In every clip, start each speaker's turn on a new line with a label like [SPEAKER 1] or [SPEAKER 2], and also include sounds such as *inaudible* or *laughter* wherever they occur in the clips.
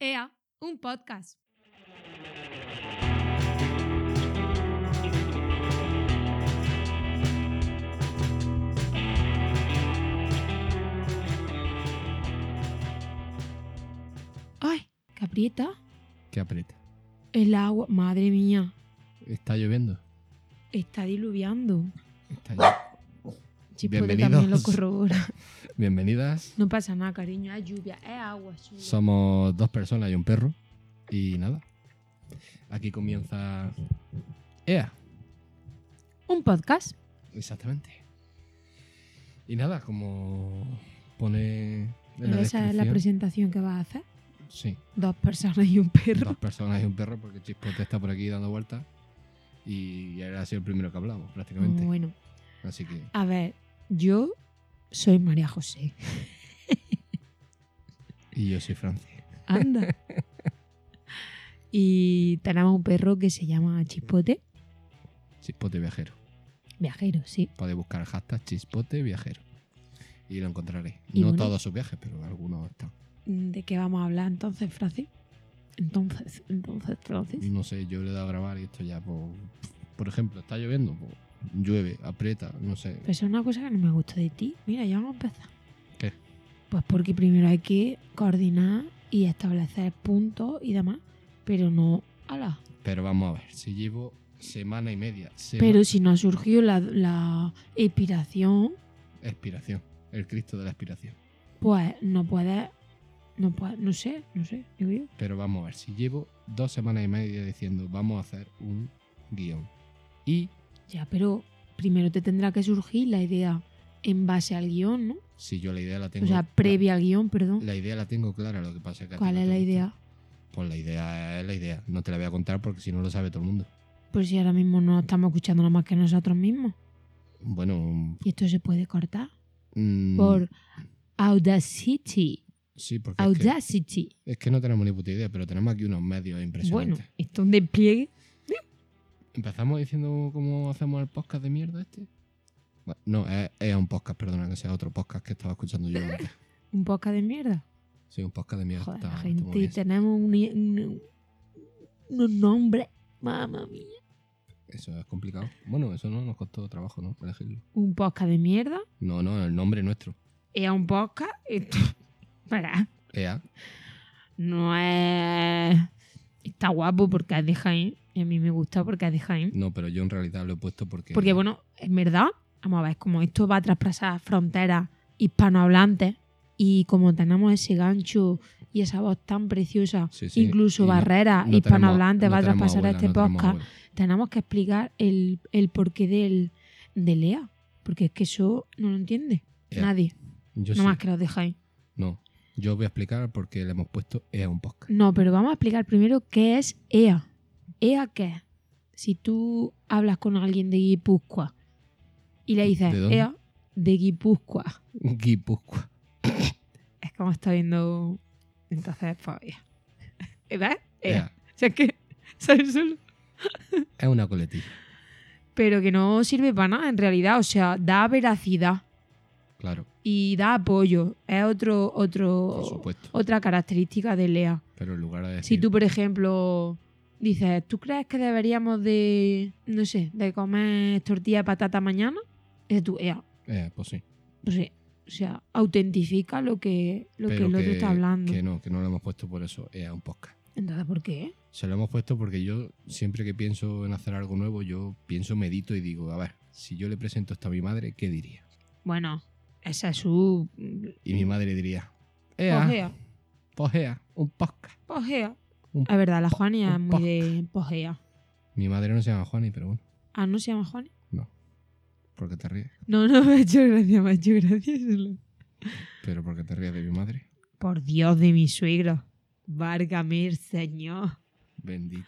[SPEAKER 1] EA, un podcast. Ay, que aprieta
[SPEAKER 2] Que aprieta.
[SPEAKER 1] el agua. Madre mía,
[SPEAKER 2] Está lloviendo.
[SPEAKER 1] está diluviando.
[SPEAKER 2] Está llo-
[SPEAKER 1] Chipote
[SPEAKER 2] Bienvenidos.
[SPEAKER 1] también lo corrobora.
[SPEAKER 2] Bienvenidas.
[SPEAKER 1] No pasa nada, cariño, es lluvia, es agua. es lluvia.
[SPEAKER 2] Somos dos personas y un perro. Y nada. Aquí comienza EA.
[SPEAKER 1] Un podcast.
[SPEAKER 2] Exactamente. Y nada, como pone en
[SPEAKER 1] Pero
[SPEAKER 2] la
[SPEAKER 1] esa es la
[SPEAKER 2] descripción.
[SPEAKER 1] presentación que vas a hacer.
[SPEAKER 2] Sí,
[SPEAKER 1] Dos personas y un perro.
[SPEAKER 2] dos personas y un perro porque Chispote está por aquí dando vueltas. Y él ha sido el primero que hablamos, prácticamente.
[SPEAKER 1] Bueno,
[SPEAKER 2] Así que
[SPEAKER 1] a ver, yo soy María José.
[SPEAKER 2] Y yo soy Francis.
[SPEAKER 1] *laughs* Anda. y tenemos un perro que se llama Chispote.
[SPEAKER 2] Chispote viajero.
[SPEAKER 1] Viajero, sí.
[SPEAKER 2] Podéis buscar el hashtag chispote viajero. Y lo encontraréis.
[SPEAKER 1] Y
[SPEAKER 2] no
[SPEAKER 1] bueno.
[SPEAKER 2] todos sus viajes, pero algunos están.
[SPEAKER 1] ¿De qué vamos a hablar entonces, Francis? Entonces, entonces, Francis.
[SPEAKER 2] No sé, yo le he dado a grabar y esto ya, pues, por ejemplo, está lloviendo, pues, llueve, aprieta, no sé.
[SPEAKER 1] Pero eso Pues es una cosa que no me gusta de ti. Mira, ya vamos a empezar.
[SPEAKER 2] ¿Qué?
[SPEAKER 1] Pues porque primero hay que coordinar y establecer puntos y demás. Pero no. ¡Hala!
[SPEAKER 2] Pero vamos a ver, si llevo semana y media, semana,
[SPEAKER 1] Pero si no ha surgido la, la inspiración,
[SPEAKER 2] expiración, el Cristo de la expiración.
[SPEAKER 1] pues no puedes. No, puede, no sé, no sé, digo yo.
[SPEAKER 2] Pero vamos a ver, si llevo dos semanas y media diciendo vamos a hacer un guión. Y
[SPEAKER 1] Ya, pero primero te tendrá que surgir la idea en base al guión, ¿no?
[SPEAKER 2] si yo la idea la tengo...
[SPEAKER 1] o sea, previa al guión, perdón.
[SPEAKER 2] La, la idea la tengo clara, lo que pasa es que... a ti
[SPEAKER 1] ¿Cuál
[SPEAKER 2] no
[SPEAKER 1] es
[SPEAKER 2] te
[SPEAKER 1] la
[SPEAKER 2] gusta.
[SPEAKER 1] idea?
[SPEAKER 2] Pues la idea es la idea. No te la voy a contar porque si no lo sabe todo el mundo.
[SPEAKER 1] Pues si ahora mismo no estamos escuchando nada más que nosotros mismos.
[SPEAKER 2] Bueno,
[SPEAKER 1] Y esto se puede cortar
[SPEAKER 2] mm,
[SPEAKER 1] por Audacity.
[SPEAKER 2] sí, porque es que,
[SPEAKER 1] Audacity.
[SPEAKER 2] es que no tenemos ni puta idea, pero tenemos aquí unos medios
[SPEAKER 1] Bueno,
[SPEAKER 2] impresionantes.
[SPEAKER 1] esto es un despliegue.
[SPEAKER 2] Empezamos diciendo cómo hacemos el podcast de mierda este. Bueno, no, es, es un podcast, perdona, que sea otro podcast que estaba escuchando yo
[SPEAKER 1] *laughs*
[SPEAKER 2] antes.
[SPEAKER 1] Un podcast de mierda.
[SPEAKER 2] Sí, un podcast de mierda.
[SPEAKER 1] Joder,
[SPEAKER 2] está-
[SPEAKER 1] la
[SPEAKER 2] está muy
[SPEAKER 1] gente,
[SPEAKER 2] bien.
[SPEAKER 1] tenemos un, un- unos nombres. Mamma mía.
[SPEAKER 2] Eso es complicado. Bueno, eso no nos costó trabajo, ¿no? Elegirlo.
[SPEAKER 1] Un podcast de mierda.
[SPEAKER 2] No, no, el nombre nuestro.
[SPEAKER 1] Es un podcast. Esto. *laughs* Para.
[SPEAKER 2] EA.
[SPEAKER 1] No es. Está guapo porque es de Jaén. Y a mí me gusta porque es de Jaén.
[SPEAKER 2] No, pero yo en realidad lo he puesto porque.
[SPEAKER 1] Porque, bueno, en verdad, vamos a ver, como esto va a traspasar fronteras hispanohablantes y como tenemos ese gancho y esa voz tan preciosa,
[SPEAKER 2] Sí, sí,
[SPEAKER 1] incluso
[SPEAKER 2] y no-
[SPEAKER 1] barreras
[SPEAKER 2] no tenemos-
[SPEAKER 1] hispanohablantes
[SPEAKER 2] no
[SPEAKER 1] va a
[SPEAKER 2] tenemos
[SPEAKER 1] traspasar
[SPEAKER 2] abuela,
[SPEAKER 1] este
[SPEAKER 2] no tenemos
[SPEAKER 1] podcast,
[SPEAKER 2] abuela.
[SPEAKER 1] tenemos que explicar el, el porqué del, de Lea. Porque es que eso no lo entiende
[SPEAKER 2] Ya,
[SPEAKER 1] nadie.
[SPEAKER 2] Yo
[SPEAKER 1] No
[SPEAKER 2] sí.
[SPEAKER 1] más que los de Jaén.
[SPEAKER 2] No, yo voy a explicar por qué le hemos puesto EA un podcast.
[SPEAKER 1] No, pero vamos a explicar primero qué es E EA. ¿EA qué es? Si tú hablas con alguien de Guipúzcoa y le dices
[SPEAKER 2] ¿De dónde?
[SPEAKER 1] EA de Guipúzcoa,
[SPEAKER 2] Guipúzcoa.
[SPEAKER 1] es como está viendo. Entonces, pues, EA. *laughs* ¿Ves? EA.
[SPEAKER 2] EA.
[SPEAKER 1] O sea, es que. *laughs* ¿Sabes solo?
[SPEAKER 2] Es una coletilla,
[SPEAKER 1] Pero que no sirve para nada en realidad. O sea, da veracidad
[SPEAKER 2] claro,
[SPEAKER 1] y da apoyo. Es otro,
[SPEAKER 2] por
[SPEAKER 1] otro,
[SPEAKER 2] supuesto.
[SPEAKER 1] otra característica del E EA.
[SPEAKER 2] Pero en lugar de decir,
[SPEAKER 1] Si tú, por ejemplo, dices, ¿tú crees que deberíamos de, no sé, de comer tortilla de patata mañana? Es tú, ea,
[SPEAKER 2] EA, pues sí.
[SPEAKER 1] no sé, o sea, autentifica lo que, lo que
[SPEAKER 2] Pero
[SPEAKER 1] el otro está hablando.
[SPEAKER 2] Que no, que no lo hemos puesto por eso, EA un podcast.
[SPEAKER 1] Entonces, ¿por qué?
[SPEAKER 2] Se lo hemos puesto porque yo, siempre que pienso en hacer algo nuevo, yo pienso, medito y digo, a ver, si yo le presento esto a mi madre, ¿qué diría?
[SPEAKER 1] Bueno, esa es su... Pues
[SPEAKER 2] Y mi madre diría, EA,
[SPEAKER 1] Ea,
[SPEAKER 2] pues EA, un podcast.
[SPEAKER 1] pues ea.
[SPEAKER 2] Un-
[SPEAKER 1] Es verdad, la Juani es
[SPEAKER 2] un
[SPEAKER 1] muy de pojea.
[SPEAKER 2] Mi madre no se llama Juani, pero bueno,
[SPEAKER 1] Ah, ¿no se llama Juani?
[SPEAKER 2] no. Porque te ríes,
[SPEAKER 1] No, no, *laughs* me ha hecho gracia, me ha hecho gracia. solo.
[SPEAKER 2] pero porque te ríes de mi madre.
[SPEAKER 1] Por Dios de mi suegro. Válgame el Señor.
[SPEAKER 2] Bendito.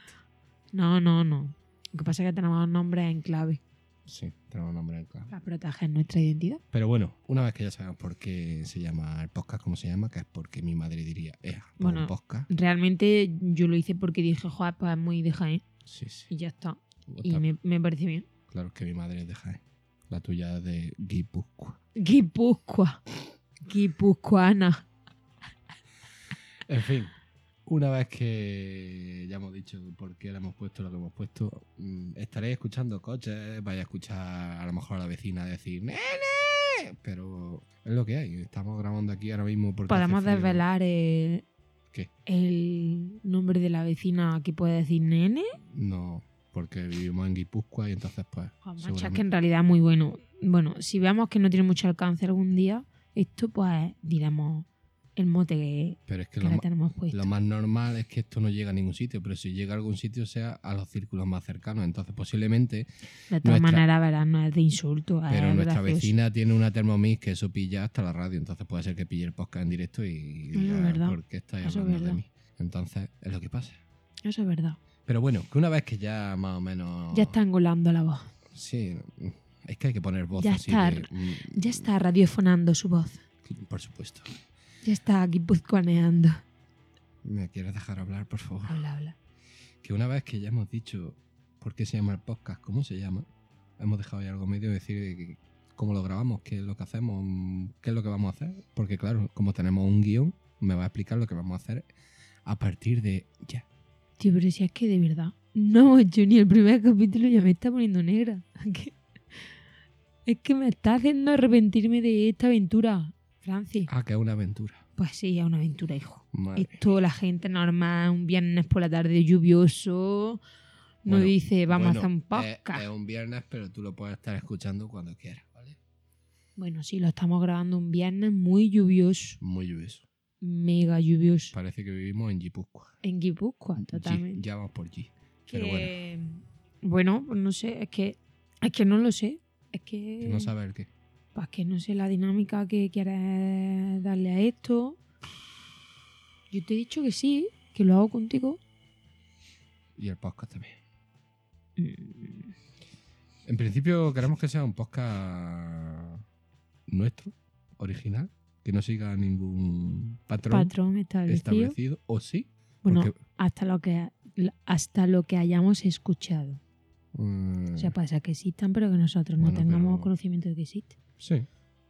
[SPEAKER 1] No, no, no. Lo que pasa es que tenemos nombres en clave
[SPEAKER 2] Sí, tenemos nombre en clave.
[SPEAKER 1] para proteger nuestra identidad.
[SPEAKER 2] Pero bueno, una vez que ya sabemos por qué se llama el podcast como se llama, que es porque mi madre diría, es
[SPEAKER 1] Bueno.
[SPEAKER 2] un podcast.
[SPEAKER 1] Realmente yo lo hice porque dije, joder, pues es muy de Jaén
[SPEAKER 2] Sí, sí.
[SPEAKER 1] y ya está. Y
[SPEAKER 2] Pues Está-
[SPEAKER 1] me, me parece bien.
[SPEAKER 2] Claro que mi madre es de Jaén. La tuya es de Guipúzcoa.
[SPEAKER 1] Guipúzcoa. Guipuzcoana.
[SPEAKER 2] En fin, Una vez que ya hemos dicho por qué le hemos puesto lo que hemos puesto, mm, estaréis escuchando coches, vais a escuchar a lo mejor a la vecina decir ¡Nene! Pero es lo que hay. Estamos grabando aquí ahora mismo porque. hace
[SPEAKER 1] Podemos
[SPEAKER 2] frío.
[SPEAKER 1] desvelar eh,
[SPEAKER 2] ¿Qué?
[SPEAKER 1] el nombre de la vecina que puede decir nene.
[SPEAKER 2] No, porque vivimos en Guipúzcoa y entonces, pues.
[SPEAKER 1] Joder, macho, es que
[SPEAKER 2] seguramente-
[SPEAKER 1] en realidad es muy bueno. Bueno, si veamos que no tiene mucho alcance algún día, esto pues diremos el mote que,
[SPEAKER 2] Pero es que
[SPEAKER 1] que
[SPEAKER 2] lo,
[SPEAKER 1] le
[SPEAKER 2] ma-
[SPEAKER 1] tenemos puesto.
[SPEAKER 2] lo más normal es que esto no llegue a ningún sitio, pero si llega a algún sitio sea a los círculos más cercanos. Entonces, posiblemente.
[SPEAKER 1] de todas
[SPEAKER 2] nuestra-
[SPEAKER 1] maneras, verás, no es de insulto. Ah, es
[SPEAKER 2] pero nuestra
[SPEAKER 1] gracioso.
[SPEAKER 2] vecina tiene una Thermomix que eso pilla hasta la radio, entonces puede ser que pille el podcast en directo y, y
[SPEAKER 1] Ah, verdad.
[SPEAKER 2] por qué estáis
[SPEAKER 1] Eso es
[SPEAKER 2] hablando de
[SPEAKER 1] verdad.
[SPEAKER 2] mí. Entonces, es lo que pasa.
[SPEAKER 1] Eso es verdad.
[SPEAKER 2] Pero bueno, que una vez que ya más o menos.
[SPEAKER 1] Ya está angolando la voz.
[SPEAKER 2] Sí, es que hay que poner voz
[SPEAKER 1] Ya
[SPEAKER 2] así.
[SPEAKER 1] está.
[SPEAKER 2] de, mm,
[SPEAKER 1] Ya está radiofonando su voz.
[SPEAKER 2] Por supuesto.
[SPEAKER 1] Ya está guipuzcoaneando.
[SPEAKER 2] ¿Me quieres dejar hablar, por favor?
[SPEAKER 1] Habla, habla.
[SPEAKER 2] que una vez que ya hemos dicho por qué se llama el podcast, cómo se llama, hemos dejado ya algo medio de decir de que- cómo lo grabamos, qué es lo que hacemos, mm, qué es lo que vamos a hacer. Porque claro, como tenemos un guión, me va a explicar lo que vamos a hacer a partir de ya.
[SPEAKER 1] Tío, pero si es que de verdad. No, yo ni el primer capítulo ya me está poniendo negra. *laughs* Que- Es que me está haciendo arrepentirme de esta aventura, Francis.
[SPEAKER 2] Ah, que es una aventura.
[SPEAKER 1] Pues sí, es una aventura, hijo.
[SPEAKER 2] Madre.
[SPEAKER 1] Esto la gente normal, un viernes por la tarde lluvioso, no
[SPEAKER 2] Bueno,
[SPEAKER 1] dice vamos
[SPEAKER 2] Bueno, eh,
[SPEAKER 1] a hacer un
[SPEAKER 2] es-
[SPEAKER 1] podcast.
[SPEAKER 2] Es, un viernes, pero tú lo puedes estar escuchando cuando quieras, ¿vale?
[SPEAKER 1] Bueno, sí, lo estamos grabando un viernes muy lluvioso,
[SPEAKER 2] Muy lluvioso.
[SPEAKER 1] mega lluvioso.
[SPEAKER 2] Parece que vivimos en Guipúzcoa.
[SPEAKER 1] En Guipúzcoa,
[SPEAKER 2] G-
[SPEAKER 1] totalmente.
[SPEAKER 2] Ya vamos por G.
[SPEAKER 1] que,
[SPEAKER 2] Pero bueno,
[SPEAKER 1] bueno. pues no sé, es que, es que no lo sé. Es que,
[SPEAKER 2] que no sabes el qué.
[SPEAKER 1] pues que no sé la dinámica que quieres darle a esto. Yo te he dicho que sí, que lo hago contigo.
[SPEAKER 2] Y el podcast también.
[SPEAKER 1] Mm,
[SPEAKER 2] En principio queremos que sea un podcast nuestro, original, que no siga ningún patrón
[SPEAKER 1] Patrón establecido.
[SPEAKER 2] establecido, o sí,
[SPEAKER 1] Bueno,
[SPEAKER 2] porque,
[SPEAKER 1] hasta lo que hasta lo que hayamos escuchado.
[SPEAKER 2] mm,
[SPEAKER 1] O sea, pasa que existan, pero que nosotros no
[SPEAKER 2] Bueno,
[SPEAKER 1] tengamos
[SPEAKER 2] pero-
[SPEAKER 1] conocimiento de que existe.
[SPEAKER 2] sí,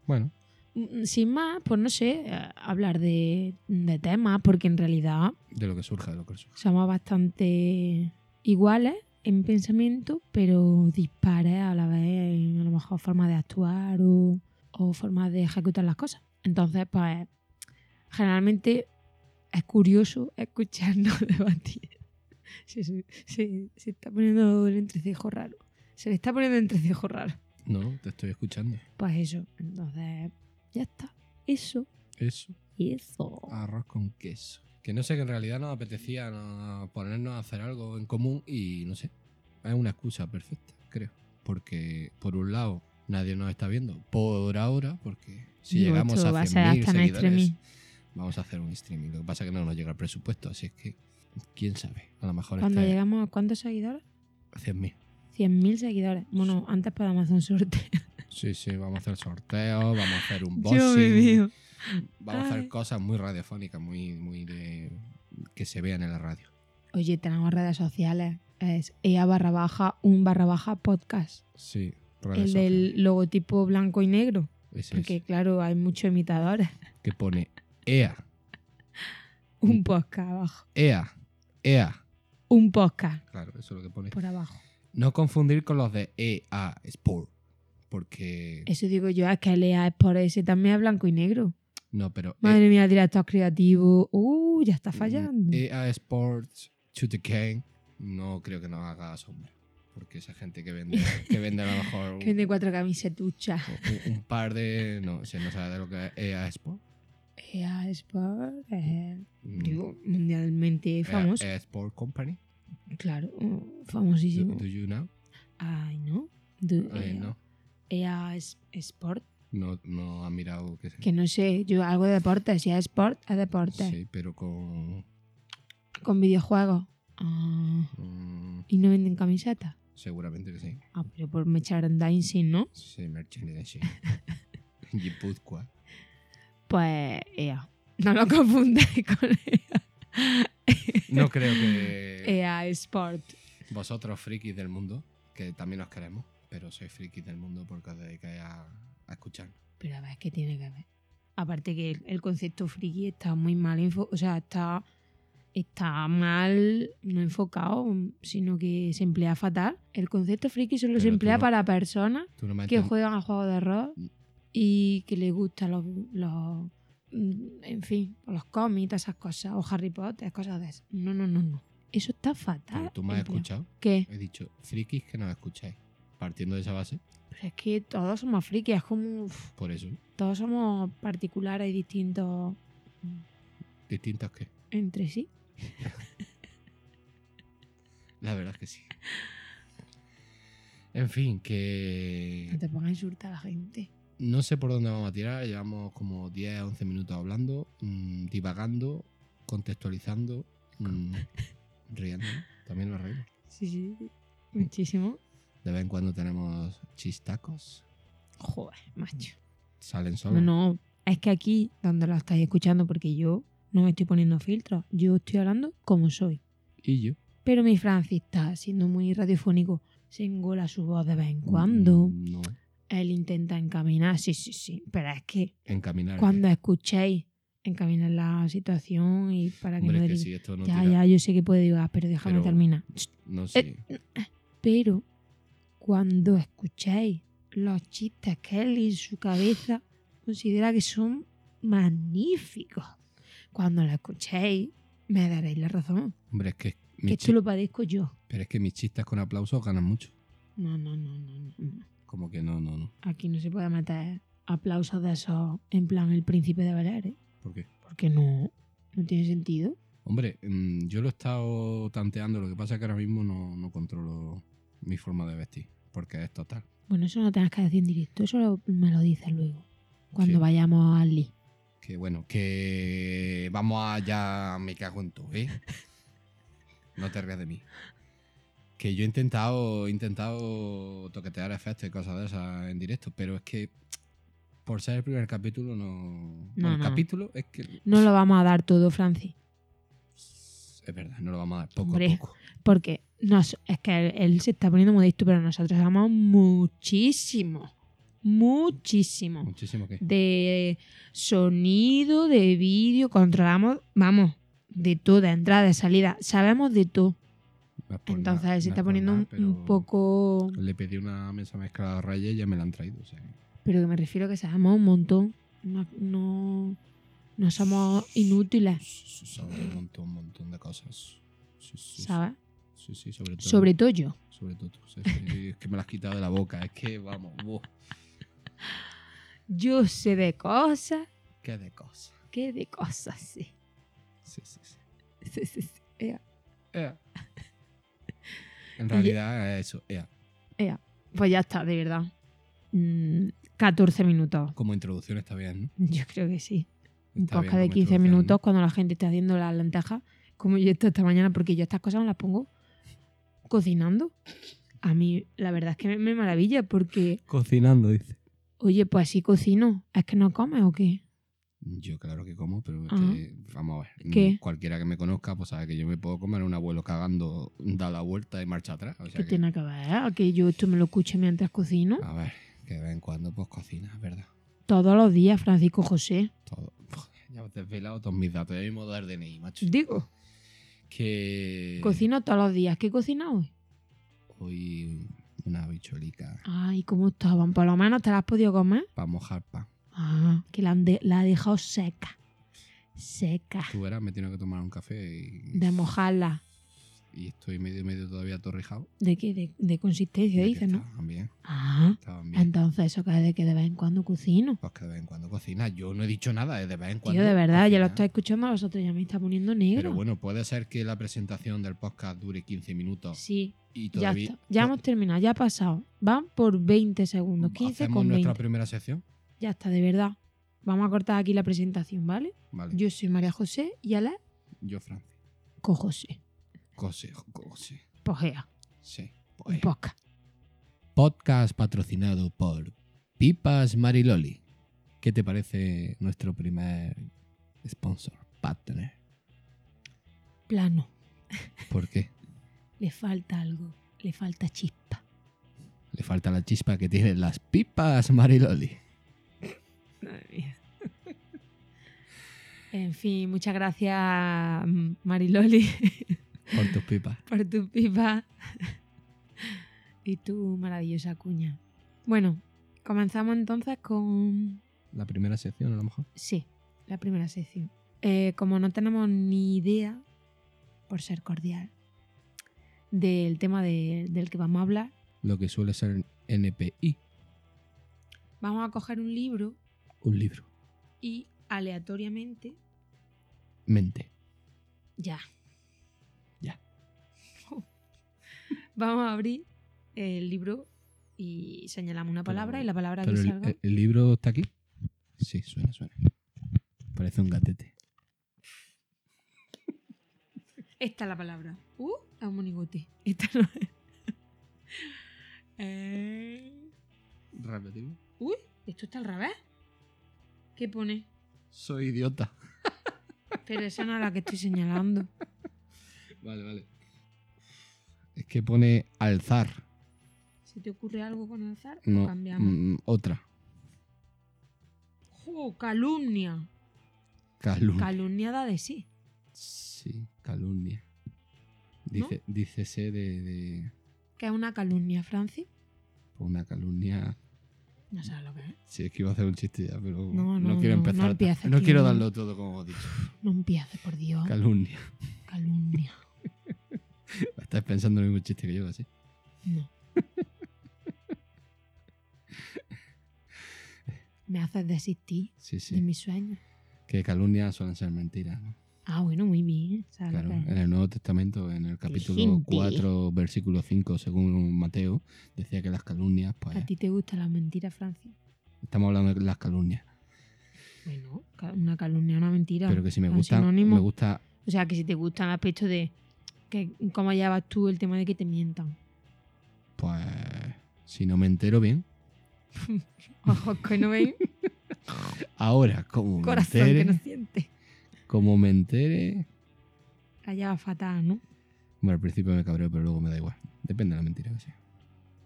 [SPEAKER 2] bueno,
[SPEAKER 1] Mm, Sin más, pues no sé, eh, hablar de, de temas, porque en realidad
[SPEAKER 2] de lo que surja, de lo que surja.
[SPEAKER 1] somos bastante iguales en pensamiento, pero dispares a la vez en a lo mejor formas de actuar o, o formas de ejecutar las cosas. Entonces, pues, generalmente es curioso *laughs* escucharnos debatir. Se, se, se- se está poniendo el entrecejo raro. Se le está poniendo el entrecejo raro.
[SPEAKER 2] No, te estoy escuchando.
[SPEAKER 1] Pues eso. Entonces, ya está. Eso.
[SPEAKER 2] Eso,
[SPEAKER 1] Eso.
[SPEAKER 2] arroz con queso. Que no sé, que en realidad nos apetecía no, ponernos a hacer algo en común y no sé, es una excusa perfecta, creo. Porque, por un lado, nadie nos está viendo por ahora, porque si
[SPEAKER 1] Digo,
[SPEAKER 2] llegamos
[SPEAKER 1] esto va
[SPEAKER 2] a
[SPEAKER 1] a
[SPEAKER 2] 100.000
[SPEAKER 1] ser hasta en
[SPEAKER 2] seguidores...
[SPEAKER 1] extremis.
[SPEAKER 2] vamos a hacer un streaming. Lo que pasa es que no nos llega el presupuesto, así es que quién sabe. A lo mejor
[SPEAKER 1] Cuando
[SPEAKER 2] está
[SPEAKER 1] llegamos a cuántos seguidores?
[SPEAKER 2] a 100.000.
[SPEAKER 1] 100.000 seguidores. Bueno, antes podemos hacer un
[SPEAKER 2] *laughs*
[SPEAKER 1] sorteo.
[SPEAKER 2] Sí, sí, vamos a hacer sorteos, vamos a hacer un
[SPEAKER 1] *laughs* Yo me
[SPEAKER 2] boxing,
[SPEAKER 1] veo.
[SPEAKER 2] vamos a
[SPEAKER 1] Ay.
[SPEAKER 2] hacer cosas muy radiofónicas, muy, muy de que se vean en la radio.
[SPEAKER 1] Oye, tenemos redes sociales. Es ea barra baja, un barra baja podcast.
[SPEAKER 2] Sí,
[SPEAKER 1] El del logotipo blanco y negro. Porque, claro, hay muchos imitadores. *laughs*
[SPEAKER 2] que pone EA,
[SPEAKER 1] Un podcast abajo.
[SPEAKER 2] EA, EA.
[SPEAKER 1] Un podcast
[SPEAKER 2] Claro, eso es lo que pone.
[SPEAKER 1] por abajo.
[SPEAKER 2] No confundir con los de EA Sport, porque
[SPEAKER 1] Eso digo yo, es que lea es por ese también es blanco y negro.
[SPEAKER 2] no, pero E
[SPEAKER 1] Madre mía, directos creativos. Uh, ya
[SPEAKER 2] Eh,
[SPEAKER 1] está fallando.
[SPEAKER 2] EA E Sports, Shoot the Cane, no creo que nos haga sombra. Porque esa gente que vende, que vende a lo
[SPEAKER 1] *laughs*
[SPEAKER 2] mejor
[SPEAKER 1] Que
[SPEAKER 2] un,
[SPEAKER 1] vende cuatro camisetuchas.
[SPEAKER 2] un- un par de. No, si no sabe de lo que es E EA Sports.
[SPEAKER 1] Ea es por. eh,
[SPEAKER 2] mm, E
[SPEAKER 1] digo, mundialmente
[SPEAKER 2] EA eh.
[SPEAKER 1] famoso.
[SPEAKER 2] EA Sport Company.
[SPEAKER 1] Claro, uh,
[SPEAKER 2] Do,
[SPEAKER 1] famosísimo.
[SPEAKER 2] do you know?
[SPEAKER 1] Ay, no. Du-
[SPEAKER 2] Ay,
[SPEAKER 1] ea-
[SPEAKER 2] no.
[SPEAKER 1] ea es- Sport.
[SPEAKER 2] No, no ha mirado que
[SPEAKER 1] Que no sé, yo algo de deporte. Si es Sport, es deporte.
[SPEAKER 2] Sí, pero con.
[SPEAKER 1] Con videojuegos. Ah,
[SPEAKER 2] mm,
[SPEAKER 1] y no venden camiseta.
[SPEAKER 2] seguramente que sí.
[SPEAKER 1] Ah, pero por merchandising, ¿no?
[SPEAKER 2] Sí, merchandising. *laughs* Guipúzcoa.
[SPEAKER 1] Pues, ea. No lo *laughs* confundáis con E ea.
[SPEAKER 2] No
[SPEAKER 1] *laughs*
[SPEAKER 2] creo que
[SPEAKER 1] ea E Sport.
[SPEAKER 2] vosotros, frikis del mundo, que también os queremos, pero sois frikis del mundo porque os dedicáis a, a escuchar.
[SPEAKER 1] Pero a ver, ¿qué tiene que ver? Aparte que el, el concepto friki está muy mal info, o sea, está está mal, no enfocado, sino que se emplea fatal. El concepto friki solo se
[SPEAKER 2] Pero tú
[SPEAKER 1] emplea
[SPEAKER 2] no-
[SPEAKER 1] para personas
[SPEAKER 2] Tú no Mm. me
[SPEAKER 1] que
[SPEAKER 2] enten-
[SPEAKER 1] juegan a juegos de rol y que les gustan los, los- mm, en fin, los cómics, todas esas cosas, o Harry Potter, cosas de esas. No, no, no, no. Eso está fatal.
[SPEAKER 2] Pero tú me has
[SPEAKER 1] empleado.
[SPEAKER 2] escuchado.
[SPEAKER 1] ¿Qué?
[SPEAKER 2] He dicho, frikis que nos escucháis. Partiendo de esa base,
[SPEAKER 1] Pues es que todos somos frikis, es como uf,
[SPEAKER 2] por eso.
[SPEAKER 1] todos somos particulares y distintos
[SPEAKER 2] Distintas que.
[SPEAKER 1] entre sí.
[SPEAKER 2] La verdad es que sí. En fin, que.
[SPEAKER 1] No te pongas a insultar a la gente.
[SPEAKER 2] No sé por dónde vamos a tirar, llevamos como 10, 11 minutos hablando, mm, divagando, contextualizando, mm, *laughs* riendo, también nos reímos.
[SPEAKER 1] Sí, sí, sí. Muchísimo.
[SPEAKER 2] De vez en cuando tenemos chistacos,
[SPEAKER 1] Joder, macho.
[SPEAKER 2] salen
[SPEAKER 1] No,
[SPEAKER 2] solos.
[SPEAKER 1] no. Es que aquí, donde lo estáis escuchando, porque yo no me estoy poniendo filtros, yo estoy hablando como soy.
[SPEAKER 2] Y yo. mm,
[SPEAKER 1] Pero mi Francis está siendo muy radiofónico. Se engola su voz de vez en cuando.
[SPEAKER 2] mm, No,
[SPEAKER 1] Él intenta encaminar, sí, sí, sí. Pero es que
[SPEAKER 2] encaminar.
[SPEAKER 1] cuando escuchéis, encaminar la situación y para que
[SPEAKER 2] Hombre,
[SPEAKER 1] no
[SPEAKER 2] es que
[SPEAKER 1] derive.
[SPEAKER 2] si esto no
[SPEAKER 1] Ya,
[SPEAKER 2] tira,
[SPEAKER 1] ya, Eh, yo sé que puede divagar, pero déjame
[SPEAKER 2] Pero-
[SPEAKER 1] terminar.
[SPEAKER 2] no sé.
[SPEAKER 1] Pero cuando escucháis los chistes que él en su cabeza considera que son magníficos, cuando lo escuchéis, me daréis la razón.
[SPEAKER 2] Hombre, es que,
[SPEAKER 1] Que
[SPEAKER 2] mis
[SPEAKER 1] esto
[SPEAKER 2] chi-
[SPEAKER 1] lo padezco yo.
[SPEAKER 2] pero es que mis chistes con aplausos ganan mucho.
[SPEAKER 1] No, no, no, no, no, no.
[SPEAKER 2] Como que no, no, no.
[SPEAKER 1] Aquí no se puede meter aplausos de esos en plan el príncipe de Bel Air, ¿eh?
[SPEAKER 2] ¿Por qué?
[SPEAKER 1] porque no, no tiene sentido.
[SPEAKER 2] Hombre, mm, yo lo he estado tanteando, lo que pasa es que ahora mismo no, no controlo mi forma de vestir, porque es total.
[SPEAKER 1] Bueno, eso no lo tengas que decir en directo, eso lo- me lo dices luego, cuando
[SPEAKER 2] Sí.
[SPEAKER 1] vayamos al Lee.
[SPEAKER 2] Que bueno, que vamos allá, me cago en todo, ¿eh? No te rías de mí. Que yo he intentado, he intentado toquetear efectos y cosas de esas en directo, pero es que por ser el primer capítulo no... bueno, el
[SPEAKER 1] no.
[SPEAKER 2] capítulo es que...
[SPEAKER 1] No lo vamos a dar todo, Francis.
[SPEAKER 2] Es verdad, no lo vamos a dar poco
[SPEAKER 1] Hombre.
[SPEAKER 2] a poco.
[SPEAKER 1] Porque nos, es que él, él se está poniendo modesto, pero nosotros amamos muchísimo. Muchísimo.
[SPEAKER 2] Muchísimo que...
[SPEAKER 1] De sonido, de vídeo, controlamos, vamos, de todo, de entrada, de salida, sabemos de todo.
[SPEAKER 2] no es por
[SPEAKER 1] Entonces
[SPEAKER 2] nada,
[SPEAKER 1] se
[SPEAKER 2] no
[SPEAKER 1] está
[SPEAKER 2] es por
[SPEAKER 1] poniendo
[SPEAKER 2] nada,
[SPEAKER 1] un,
[SPEAKER 2] pues pero
[SPEAKER 1] un poco...
[SPEAKER 2] Le pedí una mesa mezclada a Raya y ya me la han traído, o sea...
[SPEAKER 1] Pero que me refiero que sabemos un montón. No, no, no somos inútiles,
[SPEAKER 2] Sobre un montón, un montón de cosas. Sí, sí, sí.
[SPEAKER 1] ¿sabes?
[SPEAKER 2] Sí, sí, sobre todo.
[SPEAKER 1] Sobre todo yo.
[SPEAKER 2] Sobre todo. tú. Sí, sí, sí, es que me las has quitado de la boca. Es que, vamos, wow,
[SPEAKER 1] Yo sé de cosas,
[SPEAKER 2] qué de cosas.
[SPEAKER 1] que de cosas sé.
[SPEAKER 2] Sí, sí, sí.
[SPEAKER 1] *laughs* Sí, sí, sí. Ea.
[SPEAKER 2] Ea. En realidad es eso. Ea.
[SPEAKER 1] Pues ya está, de verdad. Mm, 14 minutos.
[SPEAKER 2] Como introducción está bien, ¿no?
[SPEAKER 1] Yo creo que sí. Un
[SPEAKER 2] Está bien
[SPEAKER 1] podcast de
[SPEAKER 2] como
[SPEAKER 1] 15
[SPEAKER 2] introducción,
[SPEAKER 1] minutos cuando la gente está haciendo las lentejas, como yo esto esta mañana, porque yo estas cosas me las pongo cocinando. A mí, la verdad es que me, me maravilla, porque,
[SPEAKER 2] ¿no? Cocinando, dice.
[SPEAKER 1] oye, pues así cocino. ¿Es que no comes o qué?
[SPEAKER 2] Yo claro que como, pero es
[SPEAKER 1] Ajá.
[SPEAKER 2] que, vamos a ver. Mm,
[SPEAKER 1] ¿Qué?
[SPEAKER 2] Cualquiera que me conozca, pues sabe que yo me puedo comer un abuelo cagando, da la vuelta y marcha atrás. O
[SPEAKER 1] ¿Qué
[SPEAKER 2] sea que,
[SPEAKER 1] tiene que ver? Que yo esto me lo escuche mientras cocino.
[SPEAKER 2] a ver, que de vez en cuando pues cocina, es verdad.
[SPEAKER 1] Todos los días, Francisco José.
[SPEAKER 2] Todo. *laughs* Ya has desvelado todos mis datos. Ya mismo dar DNI, macho.
[SPEAKER 1] Digo,
[SPEAKER 2] Que.
[SPEAKER 1] cocino todos los días. ¿Qué cocina hoy?
[SPEAKER 2] Hoy una bicholica.
[SPEAKER 1] Ay, ¿cómo estaban? Por lo menos te las has podido comer.
[SPEAKER 2] Para mojar pan.
[SPEAKER 1] Ah, que la, han de- la ha dejado seca. Seca.
[SPEAKER 2] Tú verás, me tengo que tomar un café y,
[SPEAKER 1] De mojarla.
[SPEAKER 2] y estoy medio medio todavía torrijado.
[SPEAKER 1] ¿De qué? De, de consistencia,
[SPEAKER 2] Porque
[SPEAKER 1] dices, ¿no?
[SPEAKER 2] Estaban bien,
[SPEAKER 1] Ah,
[SPEAKER 2] estaban bien.
[SPEAKER 1] entonces eso que es de que de vez en cuando cocino.
[SPEAKER 2] Pues que de vez en cuando cocina. Yo no he dicho nada, es de vez en cuando.
[SPEAKER 1] Tío, de verdad, ya lo
[SPEAKER 2] cocina.
[SPEAKER 1] estoy escuchando a vosotros, ya me está poniendo negro.
[SPEAKER 2] Pero bueno, puede ser que la presentación del podcast dure 15 minutos
[SPEAKER 1] sí,
[SPEAKER 2] y
[SPEAKER 1] ya
[SPEAKER 2] todavía.
[SPEAKER 1] está. Ya hemos terminado, ya ha pasado. Van por 20 segundos, 15
[SPEAKER 2] Hacemos
[SPEAKER 1] con
[SPEAKER 2] nuestra
[SPEAKER 1] 20.
[SPEAKER 2] primera sección.
[SPEAKER 1] Ya está, de verdad. Vamos a cortar aquí la presentación, ¿vale?
[SPEAKER 2] Vale. Yo,
[SPEAKER 1] Yo soy María José y a la
[SPEAKER 2] Francis.
[SPEAKER 1] con José.
[SPEAKER 2] Cose, cose.
[SPEAKER 1] Pogea,
[SPEAKER 2] Sí.
[SPEAKER 1] un Pues
[SPEAKER 2] Pues.
[SPEAKER 1] poca.
[SPEAKER 2] podcast patrocinado por Pipas Mariloli. ¿Qué te parece nuestro primer sponsor, partner?
[SPEAKER 1] Plano,
[SPEAKER 2] ¿Por qué?
[SPEAKER 1] le falta algo, le falta chispa.
[SPEAKER 2] Le falta la chispa que tienen las pipas Mariloli.
[SPEAKER 1] Madre mía. *laughs* En fin, muchas gracias Mariloli *laughs*
[SPEAKER 2] Por tus pipas.
[SPEAKER 1] por tu pipa y tu maravillosa cuña. Bueno, comenzamos entonces con...
[SPEAKER 2] La primera sección, a lo mejor.
[SPEAKER 1] Sí, la primera sección. Eh, como no tenemos ni idea, por ser cordial, del tema de- del que vamos a hablar,
[SPEAKER 2] Lo que suele ser NPI,
[SPEAKER 1] vamos a coger un libro
[SPEAKER 2] un libro.
[SPEAKER 1] y aleatoriamente
[SPEAKER 2] Mente.
[SPEAKER 1] Ya.
[SPEAKER 2] Ya.
[SPEAKER 1] *laughs* Vamos a abrir el libro y señalamos una
[SPEAKER 2] Pero-
[SPEAKER 1] palabra y la palabra que
[SPEAKER 2] Pero el, eh,
[SPEAKER 1] salga.
[SPEAKER 2] el- el libro está aquí. Sí, suena, suena. Parece un gatete.
[SPEAKER 1] Esta es la palabra. Uh, es un monigote. Esta no es. *laughs* Eh,
[SPEAKER 2] Repetimos.
[SPEAKER 1] Uy, esto está al revés. ¿Qué pone?
[SPEAKER 2] Soy idiota.
[SPEAKER 1] Pero esa no es la que estoy señalando.
[SPEAKER 2] Vale, vale. Es que pone alzar.
[SPEAKER 1] Si te ocurre algo con alzar, lo
[SPEAKER 2] No,
[SPEAKER 1] cambiamos.
[SPEAKER 2] mm, otra.
[SPEAKER 1] ¡Jo, calumnia!
[SPEAKER 2] Calumnia.
[SPEAKER 1] Calumniada de sí.
[SPEAKER 2] sí, calumnia. Dice, Dícese de, de-
[SPEAKER 1] ¿Qué es una calumnia, Francis?
[SPEAKER 2] Una calumnia.
[SPEAKER 1] No sabes lo que es.
[SPEAKER 2] Sí, es que iba a hacer un chiste ya, pero
[SPEAKER 1] No,
[SPEAKER 2] no,
[SPEAKER 1] no,
[SPEAKER 2] quiero
[SPEAKER 1] no, no
[SPEAKER 2] empezar. tan-
[SPEAKER 1] empieces,
[SPEAKER 2] no
[SPEAKER 1] tío,
[SPEAKER 2] quiero
[SPEAKER 1] no.
[SPEAKER 2] darlo todo como he dicho.
[SPEAKER 1] No empieces, por Dios.
[SPEAKER 2] Calumnia. *laughs*
[SPEAKER 1] calumnia.
[SPEAKER 2] Estás pensando en el mismo chiste que yo, así. *laughs*
[SPEAKER 1] No. Me haces desistir
[SPEAKER 2] Sí,
[SPEAKER 1] de
[SPEAKER 2] sí.
[SPEAKER 1] mis sueños.
[SPEAKER 2] Que calumnias suelen ser mentiras, ¿no?
[SPEAKER 1] Ah, bueno, muy bien. ¿sabes lo
[SPEAKER 2] Claro, eh,
[SPEAKER 1] que es?
[SPEAKER 2] en el Nuevo Testamento, en el capítulo
[SPEAKER 1] gente.
[SPEAKER 2] 4, versículo 5, según Mateo, decía que las calumnias, pues,
[SPEAKER 1] ¿A ti te gustan las mentiras, Francis?
[SPEAKER 2] estamos hablando de las calumnias,
[SPEAKER 1] Bueno, ca- una calumnia, una mentira.
[SPEAKER 2] pero que si me
[SPEAKER 1] son
[SPEAKER 2] gusta,
[SPEAKER 1] sinónimos.
[SPEAKER 2] me gusta,
[SPEAKER 1] O sea, que si te gustan aspectos de que, cómo llevas tú el tema de que te
[SPEAKER 2] *laughs*
[SPEAKER 1] mientan.
[SPEAKER 2] pues, si no me entero bien,
[SPEAKER 1] Ojos que no ven,
[SPEAKER 2] ahora, como me
[SPEAKER 1] corazón que
[SPEAKER 2] entere,
[SPEAKER 1] no siente.
[SPEAKER 2] como me entere,
[SPEAKER 1] La llevas fatal, ¿no?
[SPEAKER 2] bueno, al principio me cabreo, pero luego me da igual, depende de la mentira que sea.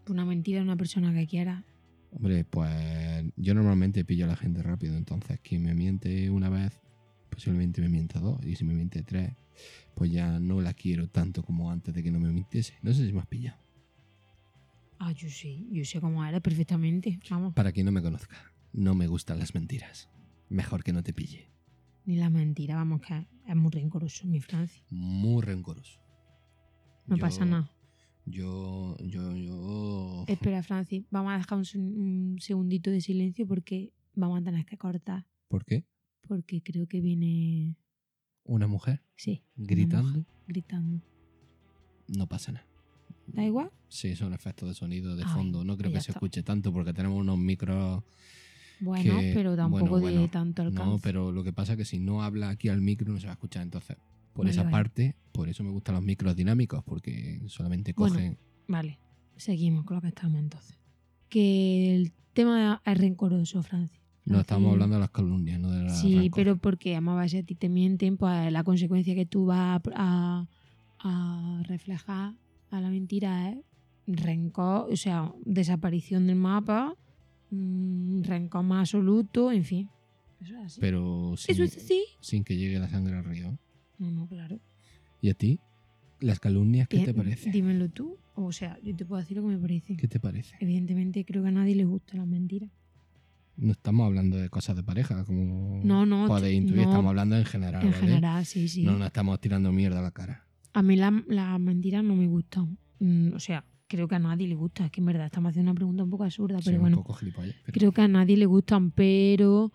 [SPEAKER 1] Una mentira de una persona que quiera.
[SPEAKER 2] Hombre, pues, yo normalmente pillo a la gente rápido, entonces, quien me miente una vez, posiblemente me mienta dos, y si me miente tres, pues ya no la quiero tanto como antes de que no me mintiese, no sé si me has pillado.
[SPEAKER 1] Ah, yo sí, yo sé cómo eres perfectamente. Vamos,
[SPEAKER 2] Para quien no me conozca, no me gustan las mentiras. Mejor que no te pille.
[SPEAKER 1] ni la mentira, vamos, que es muy rencoroso, mi Francis.
[SPEAKER 2] Muy rencoroso.
[SPEAKER 1] No
[SPEAKER 2] Yo-
[SPEAKER 1] pasa nada.
[SPEAKER 2] Yo, yo, yo.
[SPEAKER 1] Espera, Francis, vamos a dejar un, sen- un segundito de silencio porque vamos a tener que cortar.
[SPEAKER 2] ¿Por qué?
[SPEAKER 1] Porque creo que viene.
[SPEAKER 2] Una mujer
[SPEAKER 1] Sí,
[SPEAKER 2] gritando,
[SPEAKER 1] mujer. gritando.
[SPEAKER 2] no pasa nada.
[SPEAKER 1] ¿Da igual?
[SPEAKER 2] Sí, son efectos de sonido de
[SPEAKER 1] Ay,
[SPEAKER 2] fondo. No creo
[SPEAKER 1] pues ya
[SPEAKER 2] que se
[SPEAKER 1] está.
[SPEAKER 2] escuche tanto porque tenemos unos micros.
[SPEAKER 1] Bueno,
[SPEAKER 2] Que-
[SPEAKER 1] pero tampoco
[SPEAKER 2] bueno, bueno,
[SPEAKER 1] de tanto alcance.
[SPEAKER 2] No, pero lo que pasa es que si no habla aquí al micro no se va a escuchar. Entonces, por
[SPEAKER 1] Vale,
[SPEAKER 2] esa
[SPEAKER 1] vale.
[SPEAKER 2] parte, por eso me gustan los micros dinámicos porque solamente
[SPEAKER 1] Bueno.
[SPEAKER 2] cogen.
[SPEAKER 1] Vale, seguimos con lo que estamos entonces. Que el tema es rencoroso, Francis.
[SPEAKER 2] no estamos
[SPEAKER 1] Francis,
[SPEAKER 2] hablando de las calumnias, no de las.
[SPEAKER 1] Sí, pero porque además si a ti te mienten, pues la consecuencia que tú vas a, a reflejar a la mentira es rencor, o sea, desaparición del mapa, mm, rencor más absoluto, en fin. Eso es así.
[SPEAKER 2] Pero sin,
[SPEAKER 1] ¿Eso es así?
[SPEAKER 2] sin que llegue la sangre al río.
[SPEAKER 1] No, no, claro.
[SPEAKER 2] ¿Y a ti? ¿Las calumnias qué te
[SPEAKER 1] Bien,
[SPEAKER 2] parece?
[SPEAKER 1] Dímelo tú. O sea, yo te puedo decir lo que me parece.
[SPEAKER 2] ¿Qué te parece?
[SPEAKER 1] Evidentemente creo que a nadie le gustan las mentiras.
[SPEAKER 2] No estamos hablando de cosas de pareja, como
[SPEAKER 1] No, no,
[SPEAKER 2] podéis
[SPEAKER 1] t-
[SPEAKER 2] intuir,
[SPEAKER 1] no.
[SPEAKER 2] estamos hablando en general,
[SPEAKER 1] en
[SPEAKER 2] ¿vale?
[SPEAKER 1] general, sí, sí.
[SPEAKER 2] No nos estamos tirando mierda a la cara.
[SPEAKER 1] A mí la- las mentiras no me gustan. Mm, o sea, creo que a nadie le gusta. Es que en verdad estamos haciendo una pregunta un poco absurda,
[SPEAKER 2] Soy
[SPEAKER 1] pero
[SPEAKER 2] un
[SPEAKER 1] bueno.
[SPEAKER 2] poco gilipollas. pero-
[SPEAKER 1] Creo que a nadie le gustan, pero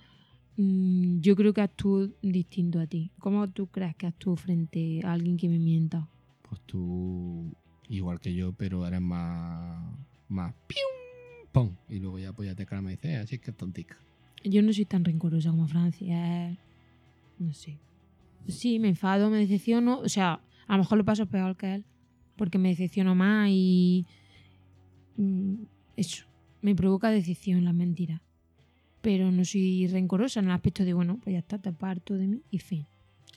[SPEAKER 1] mm, yo creo que actúo distinto a ti. ¿Cómo tú crees que actúo frente a alguien que me mienta?
[SPEAKER 2] Pues tú, igual que yo, pero eres más... más... ¡pium! ¡pum! Y luego ya pues ya te calma y dices, "Eh, así que tontica.
[SPEAKER 1] Yo no soy tan rencorosa como Francia. eh, No sé. Sí, me enfado, me decepciono. O sea, a lo mejor lo paso peor que él. Porque me decepciono más y. mm, Eso. Me provoca decepción la mentira. Pero no soy rencorosa en el aspecto de, bueno, pues ya está, te parto de mí y fin.